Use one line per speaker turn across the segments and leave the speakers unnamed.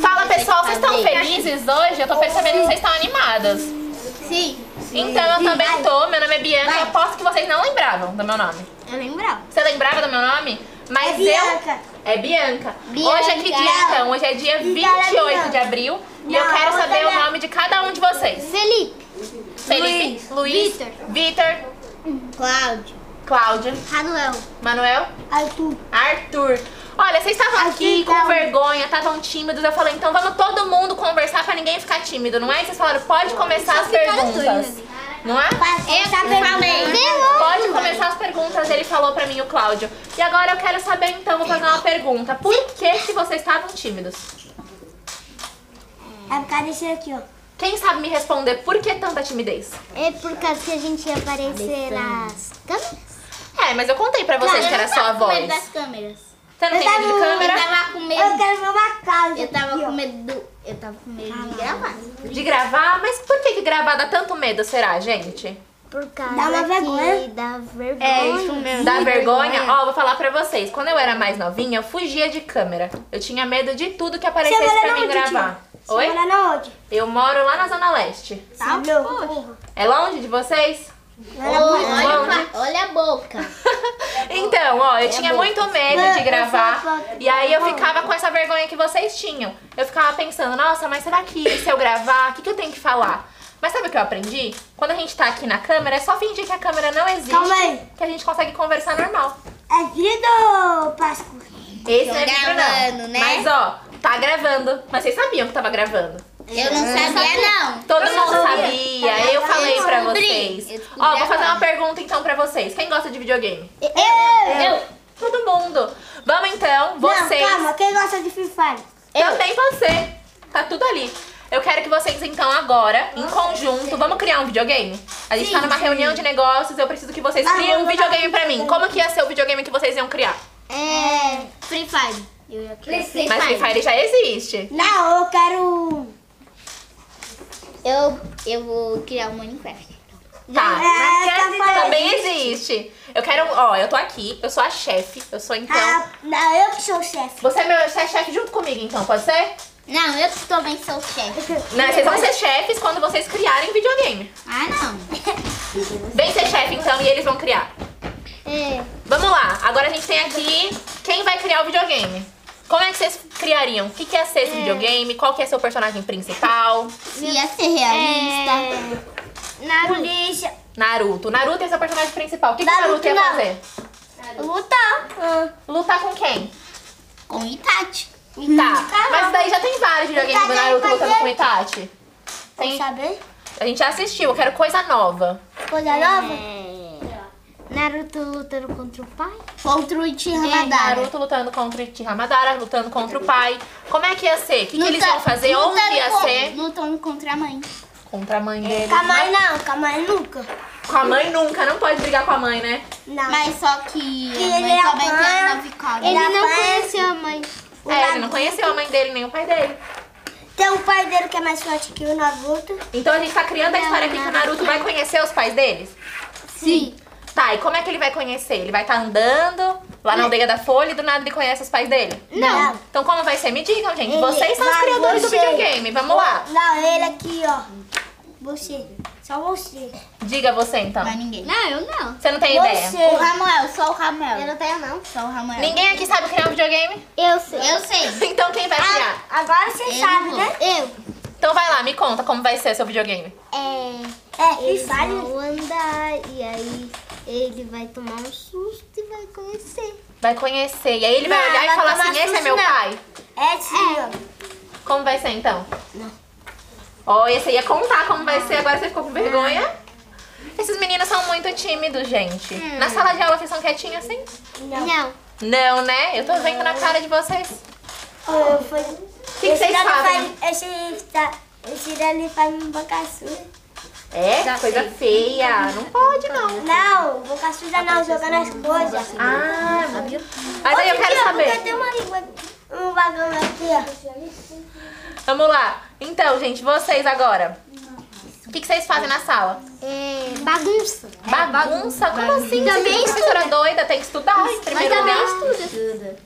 Fala pessoal, vocês estão
fazer.
felizes hoje? Eu tô percebendo que vocês estão animadas.
Sim.
Então eu também tô, meu nome é Bianca,
Vai.
eu aposto que vocês não lembravam do meu nome.
Eu lembrava.
Você lembrava do meu nome? Mas eu. É Bianca.
Bianca.
Hoje é que dia então? Hoje é dia
Diga ela,
28 de
Bianca.
abril e
Não,
eu quero
outra
saber o
não.
nome de cada um de vocês.
Felipe.
Felipe,
Luiz,
Luiz,
Vitor.
Vitor,
Cláudio.
Cláudio,
Ranuel.
Manuel,
Arthur.
Arthur. Olha, vocês estavam aqui
Arthur,
com
não.
vergonha, estavam tímidos. Eu falei, então vamos todo mundo conversar pra ninguém ficar tímido, não é? E Vocês falaram, pode começar as
ficaram
perguntas.
doidos.
Não é?
Eu falei.
Pode começar as perguntas, ele falou pra mim, o Cláudio. E agora eu quero saber, então, vou fazer uma pergunta. Por que, que vocês estavam tímidos?
É por causa desse aqui, ó.
Quem sabe me responder por que tanta timidez?
É por causa que a gente ia aparecer nas câmeras.
É, mas eu contei pra vocês que era só a voz.
câmeras.
né? Você não tem medo de câmera?
tava com medo. Eu quero ver uma casa. Eu tava com medo do... Eu tava com medo de gravar.
De gravar? Mas por que, que gravar dá tanto medo, será, gente?
Por causa dá uma vergonha. dá vergonha.
É, Dá vergonha? Ó, vou falar pra vocês. Quando eu era mais novinha, eu fugia de câmera. Eu tinha medo de tudo que
Você
aparecesse
mora
pra mim
onde, tia?
gravar. Oi?
onde?
Eu moro lá na Zona Leste.
Tá louco.
É longe de vocês?
Olha, olha a boca.
Então, ó,
É
eu tinha muito medo de gravar. E aí eu ficava com essa vergonha que vocês tinham. Eu ficava pensando, nossa, mas será que se eu gravar, o que, que eu tenho que falar? Mas sabe o que eu aprendi? Quando a gente tá aqui na câmera, é só fingir que a câmera não existe.
Calma aí.
Que a gente consegue conversar normal.
É vidro, Páscoa.
Esse não é
Tô
vídeo, não.
gravando, né?
Mas ó, tá gravando. Mas vocês sabiam que tava gravando.
Eu não
É.
sabia, não.
Todo mundo
sabia.
sabia.
Tá
Eu falei pra
descobri.
vocês.
Eu descobri
Ó, vou fazer
agora.
uma pergunta então pra vocês. Quem gosta de videogame?
Eu!
Todo mundo. Vamos então, vocês.
Não, calma, quem gosta de Free Fire?
Também você. Tá tudo ali. Eu quero que vocês, então, agora, em conjunto, vamos criar um videogame? A gente tá numa reunião de negócios, eu preciso que vocês
Ah,
criem um
vamos botar
videogame pra mim.
videogame.
Como que ia ser o videogame que vocês iam criar?
É. Free Fire. Eu ia
Free
Mas Free Fire já existe.
Não, eu quero. um.
Eu, eu vou criar um Minecraft.
Tá.
É, tá falando.
Também existe. Eu quero, ó, eu tô aqui, eu sou a chefe, eu sou então...
Ah, não, eu que sou o chefe.
Você é meu você é chefe junto comigo, então, pode ser?
Não, eu também sou chefe.
Não, vocês vão ser chefes quando vocês criarem videogame.
Ah, não.
Vem ser chefe, então, e eles vão criar.
É.
Vamos lá, agora a gente tem aqui quem vai criar o videogame. Como é que vocês criariam? O que, que ia ser esse videogame? Qual que é seu personagem principal?
Ia é ser realista.
Na polícia.
Naruto. Naruto é seu personagem principal. O que, que o Naruto
Naruto
ia
não.
fazer?
Lutar.
Lutar com quem?
Com Itachi.
Tá. Mas daí já tem vários videogames do
Itachi
Naruto
vai
lutando
fazer?
com o Itachi. Tem-
É, saber?
A gente já assistiu, eu quero coisa nova.
Coisa nova? Naruto lutando contra o pai?
Contra o Ichi Hamadara.
Naruto lutando contra o Itihamadara, lutando contra o pai. Como é que ia ser? O que, que eles
Luta-
vão fazer? Onde
lutando
ia
com-
ser?
Lutando contra a mãe.
Contra a mãe dele.
Com a mãe não, com a mãe nunca.
Com a mãe nunca, não pode brigar com a mãe, né?
Não.
Mas só que é
Que
a
ele
mãe só vai
apanha,
ter a Navicola.
ele apanha.
a mãe.
O
É, ele não
Naruto-
conheceu a mãe dele nem o pai dele.
Tem um pai dele que é mais forte que o Naruto.
Então a gente tá criando a
Não,
história aqui que o Naruto vai conhecer os pais deles?
Sim.
Tá, e como é que ele vai conhecer? Ele vai estar andando lá na aldeia da Folha e do nada ele conhece os pais dele?
Não.
Então como vai ser? Me digam, gente.
Ele
Vocês são os
vai-
criadores do
você.
videogame. Vamos lá.
Não, ele aqui, ó. Você. Só você.
Diga você então.
Mas ninguém. Não, eu não.
Você não tem
Você.
ideia.
O Ramuel, só o Ramuel.
Eu não tenho, não.
Só o Ramuel.
Ninguém aqui sabe criar um videogame?
Eu sei.
Eu sei.
Então quem
Ah.
vai criar?
Agora você
Eu
sabe,
não.
né? Eu.
Então vai lá, me conta como vai ser seu videogame.
É. É, Free Fire.
andar e aí ele vai tomar um susto e vai conhecer.
Vai conhecer. E aí ele vai
Não,
olhar e
vai
falar
tomar
assim, esse é
susto,
meu
não."
pai.
É, sim, ó.
Como vai ser então? Ó, esse ia contar como vai ser, agora você ficou com vergonha. Esses meninos são muito tímidos, gente. Na sala de aula vocês são quietinhos assim?
Não.
Não, né? Eu tô vendo na cara de vocês.
Eu fui.
que
Esse
vocês
dali
fazem?
faz- Esse, da, esse dali faz um boca suja.
É? coisa feia. Não pode, não.
Não, boca suja não, jogando as coisas.
Ah, né? mas aí eu quero
Porque
saber.
tem uma língua, um vagão aqui, ó.
Vamos lá. Então, gente, vocês agora. que, que vocês fazem na sala?
É, bagunça.
Bagunça? Como assim?
Também
Também professora doida, tem que estudar em
Mas
primeiro
também
lugar.
estuda.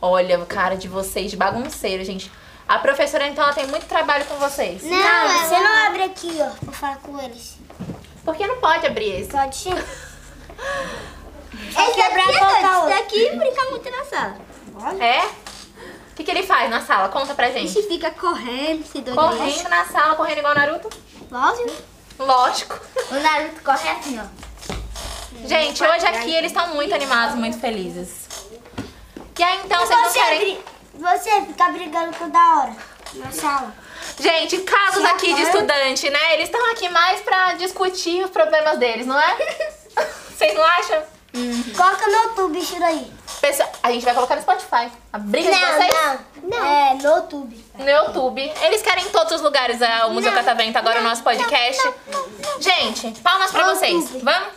Olha a cara de vocês, de bagunceiro, gente. A professora, então, ela tem muito trabalho com vocês.
Não, ela-
você não abre aqui, ó, pra falar com eles.
Porque não pode abrir esse.
Pode sim.
Esse
quebrar
daqui,
a boca
Dante,
outra.
daqui brinca muito na sala.
É? O que, que ele faz na sala? Conta pra
A
gente.
gente fica correndo, se doido.
Correndo na sala, correndo igual o Naruto? Lógico.
O Naruto corre assim, ó.
Gente, hoje aqui eles estão muito animados, muito felizes. E aí, então, vocês não querem...
você fica brigando toda hora na sala.
Gente, casos aqui de estudante, né? Eles estão aqui mais pra discutir os problemas deles, não é? Vocês não acham?
Coloca no YouTube isso daí.
Pessoal, a gente vai colocar no Spotify. A briga de vocês
não. É, no YouTube.
no YouTube. Eles querem em todos os lugares é, o Museu Catavento, agora o nosso podcast. Gente, palmas pra
Não,
vocês.
YouTube.
Vamos?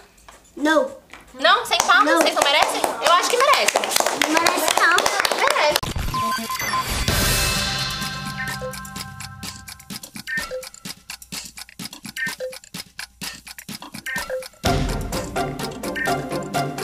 Não.
Não? Sem palmas?
Não.
Vocês não merecem? Eu acho que merece.